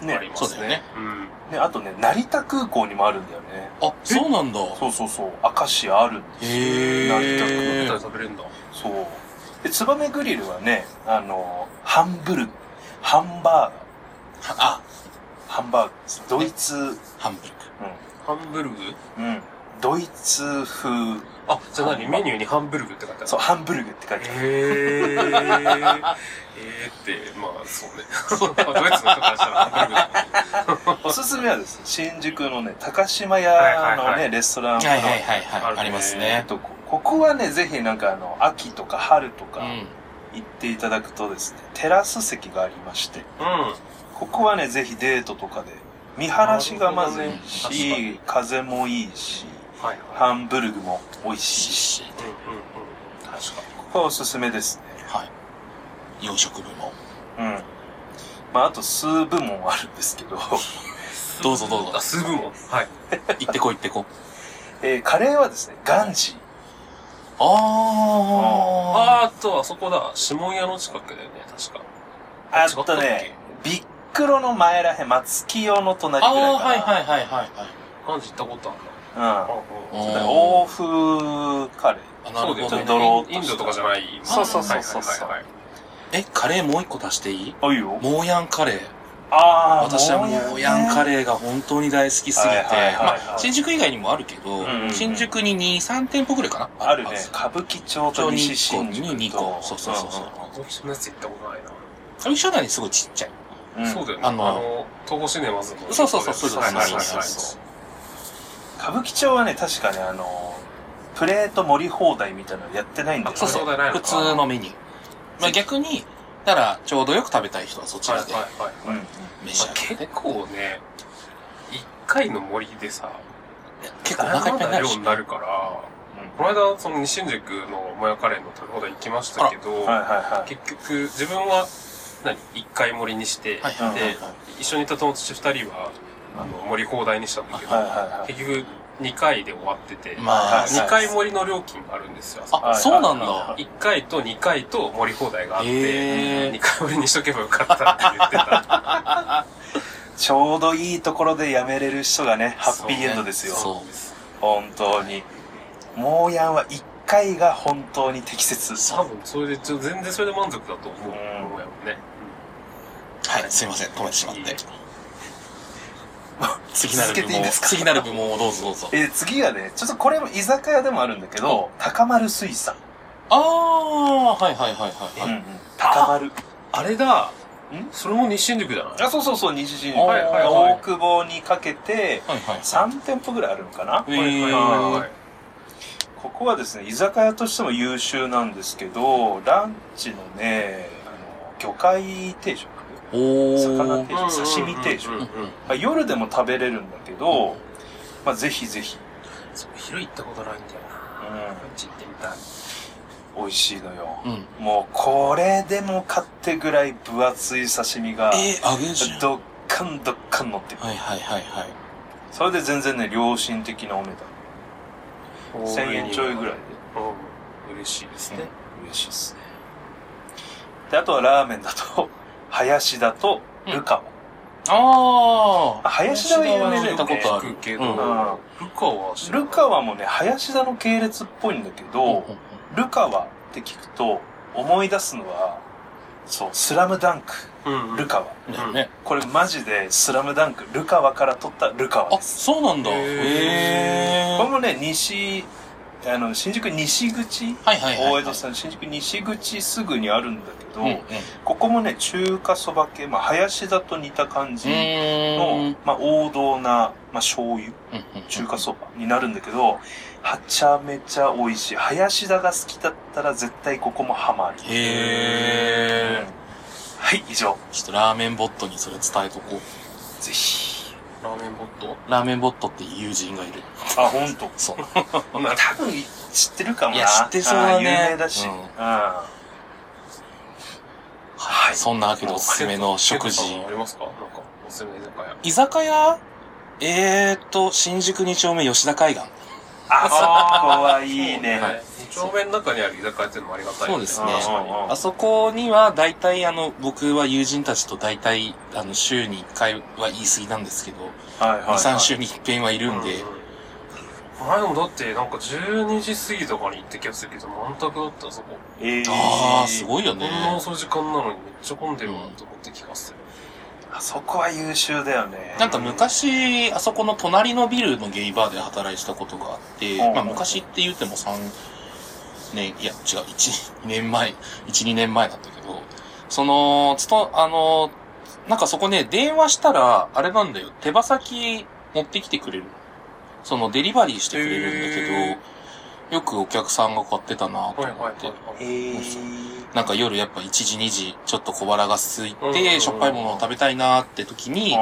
Speaker 2: にあり
Speaker 3: ね
Speaker 2: ますね。
Speaker 1: そうだよね
Speaker 2: うん。
Speaker 3: ねあとね、成田空港にもあるんだよね。
Speaker 1: あ、そうなんだ。
Speaker 3: そうそうそう。アカシアあるんですよ。
Speaker 1: へー
Speaker 3: 成田空港。
Speaker 1: えー
Speaker 2: 食べたら食べれるんだ。
Speaker 3: そう。で、ツバメグリルはね、あの、ハンブル、ハンバー
Speaker 1: あ、
Speaker 3: グ、ハンバーグです。ドイツ、
Speaker 1: ハンブルク。
Speaker 2: ハンブルグ
Speaker 3: うん、ドイツ風、
Speaker 2: あ、じゃあ何メニューにハンブルグって書いてある
Speaker 3: そう、ハンブルグって書いてある。
Speaker 2: へー。えーって、まあ、そうね。 ドイツの人からしたらハンブルグだ
Speaker 3: おすすめはですね、新宿のね、高島
Speaker 2: は
Speaker 3: 屋
Speaker 2: い
Speaker 3: のね、
Speaker 2: はいはい
Speaker 3: レストランの、
Speaker 1: はいはいはい
Speaker 2: あ
Speaker 1: は
Speaker 2: る
Speaker 1: い。
Speaker 2: ね
Speaker 1: あります
Speaker 3: えっ
Speaker 1: ね。
Speaker 3: と、こここはね、ぜひなんかあの、秋とか春と
Speaker 1: う
Speaker 3: か
Speaker 1: ん。
Speaker 3: 行っていただくとですね、テラス席がありまして、
Speaker 2: うん。
Speaker 3: ここはね、ぜひデートとかで、見晴らしがまずいい
Speaker 2: なるほどね確か
Speaker 3: し、
Speaker 2: に
Speaker 3: 風もいいし、
Speaker 2: はい。
Speaker 3: ハンブルグも美味しいし、
Speaker 1: し
Speaker 2: うんうんうん。確か
Speaker 3: ここはおすすめですね。
Speaker 1: はい。洋食部門。
Speaker 3: うん。まあ、あと数部門あるんですけど、
Speaker 2: に。
Speaker 1: どうぞどうぞ
Speaker 2: あ、スープも。はい。
Speaker 1: 行ってこい行ってこ。
Speaker 3: えーカレーはですね、ガンジー。
Speaker 1: あ
Speaker 2: あーあとはそこだ。指紋屋の近くだよね、確か。
Speaker 3: あ
Speaker 2: 違ったっけ
Speaker 3: とね、ビックロの前らへん、松木用の
Speaker 1: あ。
Speaker 3: 隣ぐらいか
Speaker 1: ああ、
Speaker 3: な。
Speaker 1: はいはいはいはいはい。
Speaker 2: 感じ行ったことあるな。
Speaker 3: うん。
Speaker 1: うん
Speaker 3: ちょっとね欧風カレー。
Speaker 1: あ、な
Speaker 2: そ
Speaker 1: る
Speaker 2: うだよ
Speaker 1: ほど
Speaker 2: ちょ
Speaker 1: ね
Speaker 2: っと。
Speaker 3: ドローっとした
Speaker 2: インドとかじゃない。
Speaker 3: そう
Speaker 1: そうそう
Speaker 3: そうそう
Speaker 2: はいはいはいはい
Speaker 1: え、カレーもう一個足していい
Speaker 3: あ、いいよ。
Speaker 1: モーヤンカレー。
Speaker 3: ああ、
Speaker 1: 私はモーヤンカ
Speaker 3: レ
Speaker 1: レーが本当に大好きすぎて、
Speaker 3: はいはいはいはい
Speaker 1: まあ、新宿以外にもあるけど、
Speaker 3: んうんうん
Speaker 1: 新宿に2、3店舗ぐらいかな
Speaker 3: あるね
Speaker 1: は。ず
Speaker 3: 歌舞伎町
Speaker 1: 東京
Speaker 3: と
Speaker 1: に
Speaker 3: 西
Speaker 1: 1個
Speaker 3: 新宿と。
Speaker 1: に2個。そうそうそうそう。
Speaker 2: 大きなやつ行ったことないな。
Speaker 1: 歌舞伎町内にすごいちっちゃい。
Speaker 3: うん。うん
Speaker 2: そうだよね。
Speaker 1: あ
Speaker 2: あ
Speaker 1: の
Speaker 2: の、東宝シネマズの。
Speaker 1: そうそうそうそうそう
Speaker 2: はいはい
Speaker 1: そうそう
Speaker 2: はい
Speaker 1: そう
Speaker 3: 歌舞伎町はね、確かね、あの、プレート盛り放題みたいなのやってないんだよね。
Speaker 1: そうそう。
Speaker 2: そうだよね
Speaker 1: 普通のメニュー。まあ逆に、だからちょうどよく食べたい人はそち
Speaker 2: はい
Speaker 1: ら
Speaker 2: はい
Speaker 1: で
Speaker 2: はい。
Speaker 3: うんうん。
Speaker 1: 召し
Speaker 2: ま
Speaker 1: 上
Speaker 2: あ
Speaker 1: がる。
Speaker 2: 結構ね、一回の森でさ、
Speaker 1: 結構お
Speaker 2: 大
Speaker 1: 腹いっぱい
Speaker 2: 変
Speaker 1: にな
Speaker 2: な
Speaker 1: る
Speaker 2: 量
Speaker 1: し
Speaker 2: に。なるから、この間、その西新宿のもやカレーの食べ放題行きましたけど、
Speaker 3: はいはいはい。
Speaker 2: 結局、自分は、何一回盛りにして、
Speaker 1: はい
Speaker 3: うんうんうん
Speaker 2: で、一緒にいた友達二人は、あの、盛り放題にしたんだけど
Speaker 3: はい、はいはい。
Speaker 2: 結局、二回で終わってて、
Speaker 1: まあ、
Speaker 3: はい
Speaker 2: 二回盛りの料金があるんですよ。あそこ
Speaker 1: あ、そうなん
Speaker 3: はいはいは
Speaker 1: だ。
Speaker 2: 一回と二回と盛り放題があっ
Speaker 1: へ
Speaker 2: て、
Speaker 1: ー
Speaker 2: 二回盛りにしとけばよかったって言ってた。
Speaker 3: ちょうどいいところでやめれる人がね、ハッピーエンドですよ。
Speaker 1: そうね。
Speaker 3: 本当に。モーヤンは1回が本当に適切。
Speaker 2: 多分、それで、ちょ全然それで満足だと思う。
Speaker 3: うん
Speaker 2: 思うやもんね。
Speaker 1: そうはい、すいません。止めてしまっ
Speaker 2: い
Speaker 1: て
Speaker 2: え。
Speaker 1: 次なる
Speaker 3: 続け
Speaker 1: 部
Speaker 3: ていいん
Speaker 1: 門
Speaker 3: ですか
Speaker 1: 次なる部門をどうぞどうぞ。
Speaker 3: えー次がね、ちょっとこれも居酒屋でもあるんだけど、高丸水産。
Speaker 1: ああ、はいはいはいはいはい。
Speaker 3: ん、高丸。
Speaker 2: あれだ
Speaker 3: ん
Speaker 2: それも日新宿じゃない
Speaker 3: あ、そうそうそう、西新宿。
Speaker 1: はいはいはい
Speaker 3: 大久保にかけて、
Speaker 1: はいはい。
Speaker 3: 3店舗ぐらいあるのかな、
Speaker 1: えー
Speaker 2: はいはいはいはい
Speaker 3: ここはですね、居酒屋としても優秀なんですけど、ランチのね、あの魚介定食
Speaker 1: おー。
Speaker 3: 魚
Speaker 1: うん
Speaker 3: 定食、刺身定食。
Speaker 2: うんうんうんうん
Speaker 3: まあ、夜でも食べれるんだけど、まあ、ぜひぜひ。
Speaker 2: そう昼行ったことないんだよな。ランチ行ってみたい。
Speaker 3: 美味しいのよ。
Speaker 1: うん。
Speaker 3: もう、これでもかってぐらい分厚い刺身が、
Speaker 1: えー、揚げじゃん。
Speaker 3: どっかんどっかん乗ってる。
Speaker 1: はいはいはいはい。
Speaker 3: それで全然ね、良心的なお値段。1000円ちょいぐらいで。
Speaker 2: うん。嬉しいですね。
Speaker 3: 嬉しいっすね。で、あとはラーメンだと、 林田とルカ
Speaker 1: あ
Speaker 3: あ林田は有名だよね
Speaker 1: 聞いたことあ
Speaker 2: 聞
Speaker 1: る
Speaker 2: く。けど、
Speaker 1: う
Speaker 2: ル
Speaker 1: ん
Speaker 2: カ
Speaker 3: ワ。
Speaker 2: は知
Speaker 3: うん。
Speaker 2: ら
Speaker 3: ル
Speaker 2: ない
Speaker 3: カワもね、林田の系列っぽいんだけど、
Speaker 1: うんうん
Speaker 3: ルカワって聞くと、思い出すのは、そう、スラムダンク、
Speaker 2: うんうん
Speaker 3: ルカワ。
Speaker 1: うんだよね。
Speaker 3: これマジで、スラムダンク、ルカワから取ったルカワ
Speaker 1: あ、
Speaker 3: です。
Speaker 1: そうなんだ。
Speaker 2: へー
Speaker 1: へ
Speaker 3: これ
Speaker 1: ー。
Speaker 3: もね、西、あの、新宿西口、
Speaker 1: はいはいはい。
Speaker 3: 大江戸さん、新宿西口すぐにあるんだけど、
Speaker 1: うんうん。う
Speaker 3: ここもね、中華そば系、まあ、林田と似た感じの、
Speaker 1: ーん。
Speaker 3: まあ、王道な、まあ、醤油、中
Speaker 1: 中
Speaker 3: 華そばになるんだけど、はちゃめちゃ美味しい。林田が好きだったら絶対ここもハマる。
Speaker 1: へー。
Speaker 3: はい、以上。
Speaker 1: ちょっとラーメンボットにそれ伝えとこう。
Speaker 3: ぜひ。
Speaker 2: ラーメンボット
Speaker 1: ラーメンボットっていう友人がいる。
Speaker 3: あ、ほんと。
Speaker 1: そう。
Speaker 2: 多分
Speaker 3: 多分、知ってるかもな。
Speaker 1: いや知ってそうだね
Speaker 3: あー有名だし。
Speaker 1: う
Speaker 3: うんん。はい。
Speaker 1: そんなわけでおすすめの食事。
Speaker 2: ありますかなんか、おすすめ居酒屋。
Speaker 1: 居酒屋えーと、新宿2丁目吉田海岸。
Speaker 3: あそこはいいね。
Speaker 2: はい。二丁目の中にある居酒屋っていうのもありがたい
Speaker 1: そうですね
Speaker 2: 確かに
Speaker 3: うんうんうん
Speaker 1: あそこには大体あの、僕は友人たちと大体あの、週に1回は言い過ぎなんですけど、
Speaker 3: はい
Speaker 1: 2、3週に1遍はいるんで、
Speaker 2: 前もだってなんか12時過ぎとかに行った気がするけど満卓だったあそこ
Speaker 3: えー、
Speaker 1: あー、すごいよ
Speaker 2: こん
Speaker 1: ね。
Speaker 2: な遅い時間なのにめっちゃ混んでるなと思って気がする
Speaker 3: あそこは優秀だよね。
Speaker 1: なんか昔、あそこの隣のビルのゲイバーで働いてたことがあって、
Speaker 3: うん
Speaker 1: まあ昔って言っても3年、いや違う、1、2年前、1、2年前なんだけど、その、つと、あの、なんかそこね、電話したら、あれなんだよ、手羽先持ってきてくれる。その、デリバリーしてくれるんだけど、よくお客さんが買ってたなと
Speaker 2: はい
Speaker 1: 思
Speaker 2: はいは
Speaker 1: って。
Speaker 2: い
Speaker 3: え
Speaker 2: はい
Speaker 3: ー、
Speaker 1: なんか夜やっぱ1時2時、ちょっと小腹が空い
Speaker 2: うんうんう
Speaker 1: て、
Speaker 2: ん
Speaker 1: しょっぱいものを食べたいなーって時に、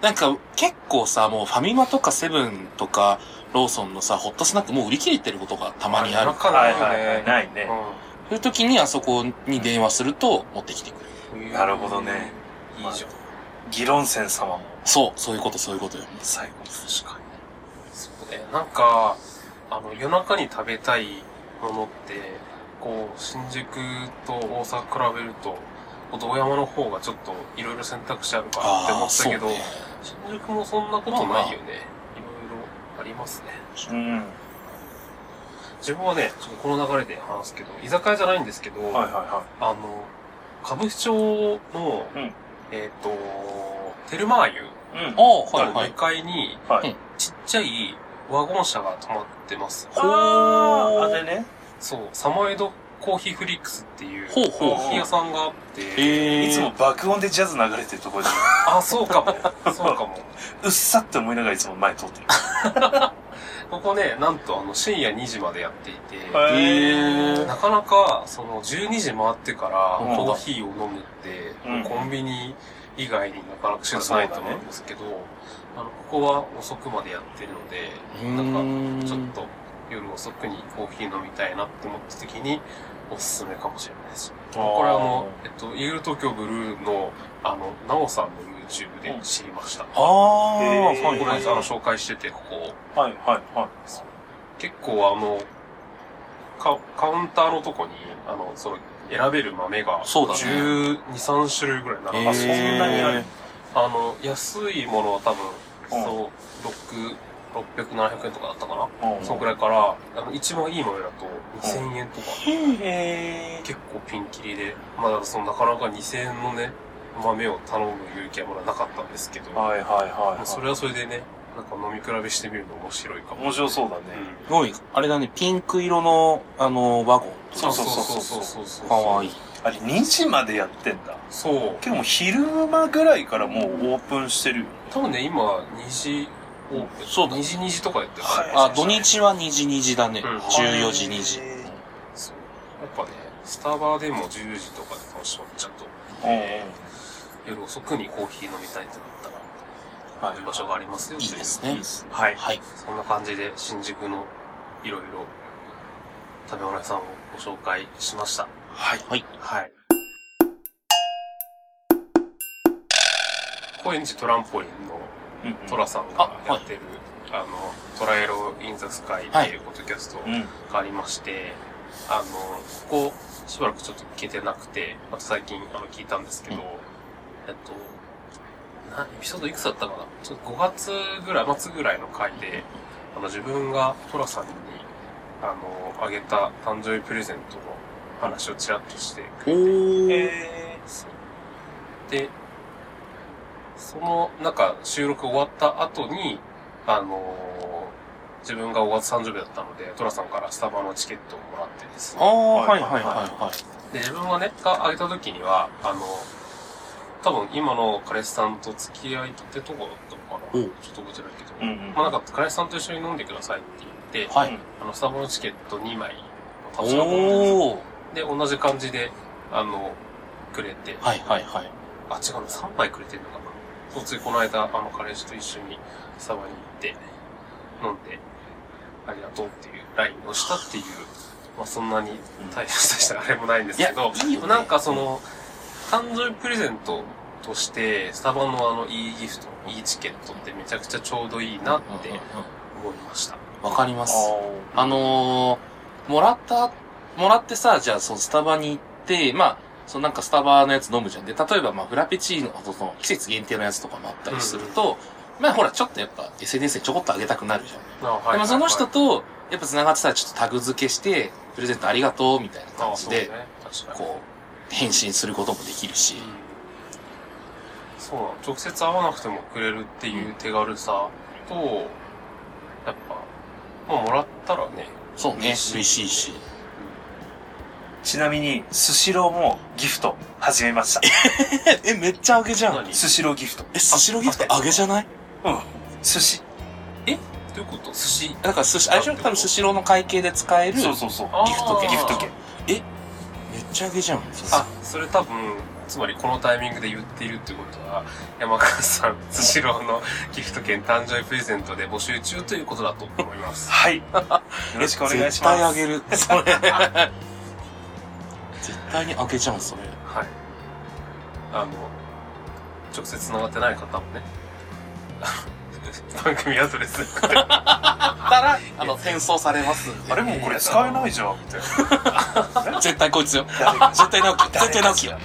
Speaker 1: なんか結構さ、もうファミマとかセブンとかローソンのさ、ホットスナックもう売り切れてることがたまにある。
Speaker 2: か
Speaker 3: は
Speaker 2: ないいよ
Speaker 3: はいはい。
Speaker 2: ね
Speaker 3: ないね。
Speaker 1: そういう時にあそこに電話すると持ってきてくれる。
Speaker 2: うん
Speaker 3: なるほどね
Speaker 2: いいじゃん
Speaker 3: 議論戦様も
Speaker 1: そう、そういうこと、そういうことよ。
Speaker 3: 最後です。
Speaker 2: 確かにそうねなんかあの夜中に食べたいものってこう新宿と大阪比べるとこう道山の方がちょっといろいろ選択肢あるかなって
Speaker 1: ああ、
Speaker 2: 思った
Speaker 1: そうね
Speaker 2: けど、。新宿もそんなことないよね。いろいろありますね。
Speaker 3: うん。はい
Speaker 2: 自分はね、ちょっとこの流れで話すけど、居酒屋じゃないんですけど、
Speaker 3: はいは
Speaker 2: あの、株主町の、
Speaker 3: うん
Speaker 2: えっ、と、テルマーユ
Speaker 3: い。うん。
Speaker 1: ああ、はいは
Speaker 2: の
Speaker 1: い
Speaker 2: 2。階に、
Speaker 3: はい
Speaker 2: ちっちゃいワゴン車が止まってます。
Speaker 3: あーあれね。
Speaker 2: そう、サモエドコーヒーフリックスっていう、
Speaker 1: ほうほう
Speaker 2: コーヒー屋さんがあって、
Speaker 1: えー、
Speaker 3: いつも爆音でジャズ流れてるところで、
Speaker 2: あ、そうかも、そうかも。
Speaker 3: うっさって思いながらいつも前通ってる。
Speaker 2: ここね、なんとあの、深夜2時までやっていて、
Speaker 1: え
Speaker 3: へ
Speaker 1: ー
Speaker 2: なかなか、その、12時回ってから、
Speaker 1: うん
Speaker 2: コーヒーを飲むって、
Speaker 3: うん
Speaker 2: コンビニ以外になかなか手段ないと思うんですけど、あの、ここは遅くまでやってるので、なんか、ちょっと、夜遅くにコーヒー飲みたいなって思った時に、おすすめかもしれないです。これあの、えっと、イーグル東京ブルーの、あの、ナオさんの YouTube で知りました。こ
Speaker 1: ああ、
Speaker 3: えー
Speaker 1: は
Speaker 2: れ、
Speaker 1: い
Speaker 2: あ
Speaker 1: は
Speaker 2: の、
Speaker 1: い。
Speaker 2: 紹介してて、ここ、
Speaker 3: はいはいは
Speaker 2: 結構あの、カカウンターのとこに、あの、その、選べる豆が、
Speaker 1: そうだね
Speaker 2: 12、3種類ぐらい並んで
Speaker 3: あそんなにある
Speaker 1: えー
Speaker 2: あの、安いものは多分、
Speaker 3: うん
Speaker 2: そう、6、600、700円とかだったかな、
Speaker 3: い。
Speaker 2: そのくらいから、あの、一番いい豆だと2000円とか、
Speaker 3: うん。へ
Speaker 2: 結構ピンキリで、まあだからその、なかなか2000円のね、豆を頼む勇気はまだなかったんですけど、
Speaker 3: ー。はいはいはい、
Speaker 2: ま
Speaker 3: は
Speaker 2: あ
Speaker 3: い。
Speaker 2: それはそれでね、なんか飲み比べしてみるの面白いかも。
Speaker 3: 面白そうだね。
Speaker 2: うん
Speaker 1: すごい、あれだね、ピンク色の、あの、ワゴン。
Speaker 2: そうそうそうそうそうそう。
Speaker 1: かわいい。。
Speaker 3: あれ2時までやってんだ。
Speaker 2: そう。
Speaker 3: 結構昼間ぐらいからもうオープンしてるよね。
Speaker 2: 多分ね、今、2時オープン。
Speaker 1: そうだ
Speaker 2: 2時、2時とかやってる。
Speaker 3: はい
Speaker 1: あ、土日は2時2時だね。
Speaker 2: うん
Speaker 1: 14時2時。
Speaker 3: へ
Speaker 2: そう。やっぱね、スタバでも10時とかで楽しまっちゃうと、
Speaker 3: うん
Speaker 2: 夜遅くにコーヒー飲みたいってなったら、
Speaker 3: うん。は
Speaker 2: こういう場所がありますよ
Speaker 1: いいですね
Speaker 2: という
Speaker 3: はい。
Speaker 1: はい。
Speaker 2: そんな感じで、新宿のいろいろ食べ放題さんをご紹介しました。
Speaker 1: はい。はい。
Speaker 2: はい。高円寺トランポリンの
Speaker 3: うん
Speaker 2: トラさんがやってる、あ,、の、トライロインザスカイっていうポッドキャスト
Speaker 3: うん。
Speaker 2: がありまして、あの、ここ、しばらくちょっと聞けてなくて、また最近あの聞いたんですけど、
Speaker 1: うん
Speaker 2: えっと、なエピソードいくつだったかなちょっと5月ぐらい、末ぐらいの回で、あの、自分がトラさんに、あの、あげた誕生日プレゼントの話をちらっとして、
Speaker 1: おー。
Speaker 3: え
Speaker 2: で、その、なんか、収録終わった後に、あのー自分が5月30日だったので、トラさんからスタバのチケットをもらってですね
Speaker 1: あ。あ、
Speaker 3: は
Speaker 1: はいい
Speaker 3: は
Speaker 1: はいい
Speaker 3: はい
Speaker 1: はい
Speaker 3: は
Speaker 1: は
Speaker 2: で、自分がね、があげた時には、あの、多分今の彼氏さんと付き合いってとこだったのかな
Speaker 1: おう
Speaker 2: ちょっと覚えてないけ
Speaker 3: う
Speaker 2: ど。
Speaker 3: んうん。
Speaker 2: まあなんか、彼氏さんと一緒に飲んでくださいって言って、
Speaker 1: い。は
Speaker 3: うん
Speaker 1: い。
Speaker 2: あの、スタバのチケット2枚、立ち上が
Speaker 1: おー。
Speaker 2: で、同じ感じで、あの、くれて、
Speaker 1: はいはいはい。
Speaker 2: あ、違うの、3杯くれてるのかな。そう、ついこの間、あの、彼氏と一緒に、スタバに行って、飲んで、ありがとうっていうラインをしたっていう、まあ、そんなに大したあれもないんですけど、
Speaker 1: いやいいよね
Speaker 2: なんかその、誕生日プレゼントとして、スタバのあの、いいギフト、いいチケットってめちゃくちゃちょうどいいなって
Speaker 1: うんうん
Speaker 2: 思いました。
Speaker 1: うんわかります。
Speaker 3: あ
Speaker 1: あのー、もらった、もらってさ、じゃあ、そのスタバに行って、まあ、そのなんかスタバのやつ飲むじゃん。で、例えば、まあ、フラペチーノ、その季節限定のやつとかもあったりすると、まあ、ほら、ちょっとやっぱ SNS でちょこっとあげたくなるじゃん。
Speaker 2: あはい
Speaker 1: でもその人
Speaker 2: はい
Speaker 1: と、やっぱ繋がってたらちょっとタグ付けして、プレゼントありがとう、みたいな
Speaker 2: はい
Speaker 1: 感
Speaker 2: あ
Speaker 1: じ
Speaker 2: そうね
Speaker 1: で、。
Speaker 2: 確かに。
Speaker 1: こう、返信することもできるし。
Speaker 2: そうなの直接会わなくてもくれるっていう手軽さと、やっぱ、まあもらったらね、
Speaker 1: そうね、
Speaker 2: 嬉しい
Speaker 1: 嬉しいし。
Speaker 3: ちなみに、スシローもギフト始めました。
Speaker 1: え、え、めっちゃあげじゃん。
Speaker 2: 何
Speaker 3: スシローギフト。
Speaker 1: え、スシローギフトあげじゃない
Speaker 3: 寿司。
Speaker 2: どういうこと寿司
Speaker 1: だから寿司、あれでしょ多分スシローの会計で使える。
Speaker 3: そうそうそう。
Speaker 2: あー
Speaker 1: ギフト券
Speaker 3: ギフト券。
Speaker 1: めっちゃあげじゃん。
Speaker 2: あ、それ多分、つまりこのタイミングで言っているってことは、山川さ ん、スシローのギフト券誕生日プレゼントで募集中ということだと思いま す。
Speaker 3: はい。よろしくお願いしま
Speaker 1: 絶
Speaker 3: す。
Speaker 1: 対あげる。それ。 絶対にあげちゃうん、それ。
Speaker 2: はい。あの、直接繋がってない方もね、 番組アドレス
Speaker 1: たら、あの、転送されますんで
Speaker 3: あれもうこれ使えないじゃん、みたいな。
Speaker 1: 絶対こいつよ。
Speaker 3: 誰が
Speaker 1: 絶対直樹。 絶対
Speaker 3: 誰が
Speaker 1: 直樹よ。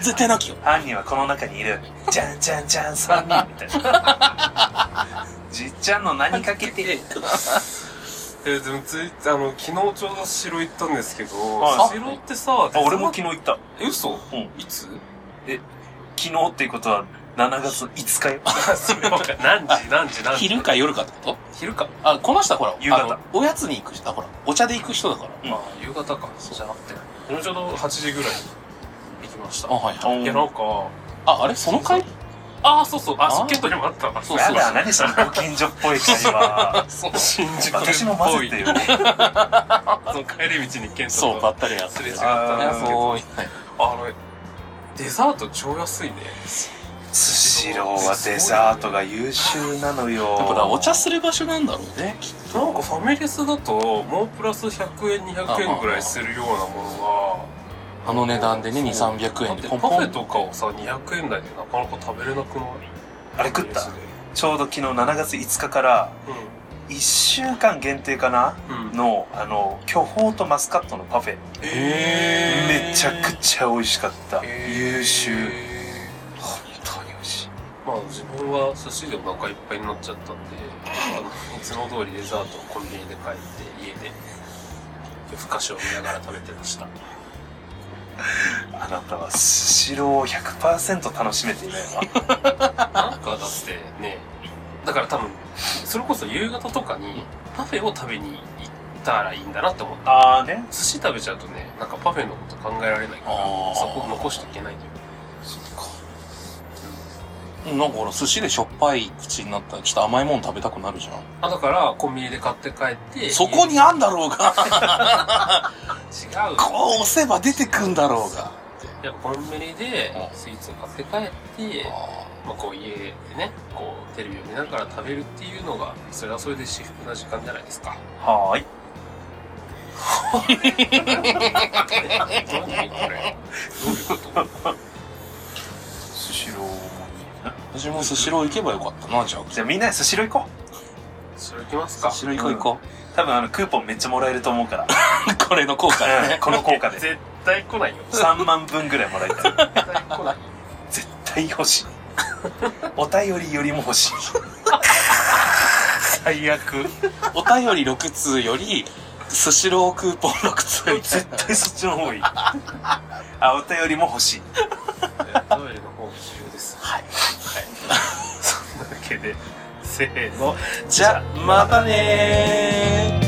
Speaker 1: 絶対直樹よ。
Speaker 3: 犯人はこの中にいる。じゃんじゃんじゃん、三人みたいな。 じっちゃんの何かけて。
Speaker 2: えーでもツイッター、あの、昨日ちょうど城行ったんですけど、
Speaker 3: はい
Speaker 2: 城ってさ、
Speaker 3: あ、俺も昨日行った。
Speaker 2: え、嘘
Speaker 3: うん
Speaker 2: いつ
Speaker 3: 昨日っていうことは、7月5日よ。
Speaker 2: それは何時、何時、何時。
Speaker 1: 昼か夜かってこと
Speaker 2: 昼か。
Speaker 1: あ、この人はほら、
Speaker 3: 夕
Speaker 1: あ
Speaker 3: 方
Speaker 1: のおやつに行く人、あほら、お茶で行く人だから。
Speaker 3: うん
Speaker 2: ああ、夕方か。じゃなくて。昨日ちょうど8時ぐらいに行きました。
Speaker 1: あ、はいはい。
Speaker 2: いや、なんか、
Speaker 1: あ、あれその会
Speaker 2: ああ、そうそう、あ、
Speaker 1: あー
Speaker 2: ソケットにもあったわ。
Speaker 1: そう
Speaker 3: や
Speaker 1: そう
Speaker 3: だ、何そのご近所っぽい会話。
Speaker 1: そう。
Speaker 2: 新宿っぽい。
Speaker 3: 私も混ぜてよ。
Speaker 2: そう帰り道に健太
Speaker 1: そう、ばっ
Speaker 2: と
Speaker 1: たりやって
Speaker 2: すれ違っ
Speaker 1: る。
Speaker 2: たんで
Speaker 3: あー
Speaker 2: すけ
Speaker 1: そう、
Speaker 2: ど、
Speaker 1: はい
Speaker 2: あの、デザート超安いね。
Speaker 3: スシローはデザートが優秀なのよ。
Speaker 1: だから、お茶する場所なんだろうね。きっ
Speaker 2: なんかファミレスだと、もうプラス100円、200円ぐらいするようなものが、
Speaker 1: とあの値段でね、2、
Speaker 2: そう
Speaker 1: 300円でポン
Speaker 2: パ
Speaker 1: ポ
Speaker 2: フ
Speaker 1: ン
Speaker 2: ェ。とかをさ200円台でなかなか食べれなくない
Speaker 3: あれ食ったちょうど昨日7月5日から、1週間限定かな
Speaker 2: うん、うん、
Speaker 3: の、あの、巨峰とマスカットのパフェ。
Speaker 1: へー
Speaker 3: めちゃくちゃ美味しかった。本優秀
Speaker 2: え
Speaker 3: 当に美味しい。
Speaker 2: ーまあ自分は寿司でお腹いっぱいになっちゃったんであのいつも通りデザートをコンビニで買って家で夜更かしを見ながら食べてました
Speaker 3: あなたはスシローを100%楽しめていないわ。
Speaker 2: なんかだってねだから多分それこそ夕方とかにパフェを食べに行ったらいいんだなって思った
Speaker 3: あーね。
Speaker 2: 寿司食べちゃうとねなんかパフェのこと考えられないか
Speaker 1: あ
Speaker 2: ら
Speaker 1: ー
Speaker 2: そこを残していけないという
Speaker 1: なんかほら、寿司でしょっぱい口になったら、ちょっと甘いもん食べたくなるじゃん。
Speaker 2: あ、だから、コンビニで買って帰って。
Speaker 1: そこにあんだろうが、
Speaker 2: 違う。
Speaker 1: こう押せば出てくんだろうが。
Speaker 2: やっぱコンビニで
Speaker 1: う
Speaker 2: スイーツを買って帰って、まあこう家でね、こうテレビを見ながら食べるっていうのが、それはそれで至福な時間じゃないですか。
Speaker 3: はーい。
Speaker 2: 何これ。どういうこと
Speaker 4: スシローも
Speaker 1: 私もスシロー行けばよかったな、じゃあ。
Speaker 3: じゃあみんなでスシロー行こ
Speaker 2: それ行きますか
Speaker 1: ス。シロー行こう行 こ
Speaker 3: う。多分あのクーポンめっちゃもらえると思う から。
Speaker 1: う。これの効果で
Speaker 3: うん
Speaker 1: ね。
Speaker 3: この効果で。
Speaker 2: 絶対来ないよ。
Speaker 3: 3万分ぐらいもらいたい。
Speaker 2: 絶対来ない。
Speaker 3: 絶対欲しい。お便りよりも欲しい。 最悪。
Speaker 1: お便り6通より、スシロークーポン6通みたい
Speaker 3: 絶
Speaker 1: な。
Speaker 3: 対そっちの方がいい。あ、お便りも欲しい。
Speaker 2: トイレの方が重要です。はい。はい。そんなわけで、せーの。
Speaker 1: じゃ、またねー。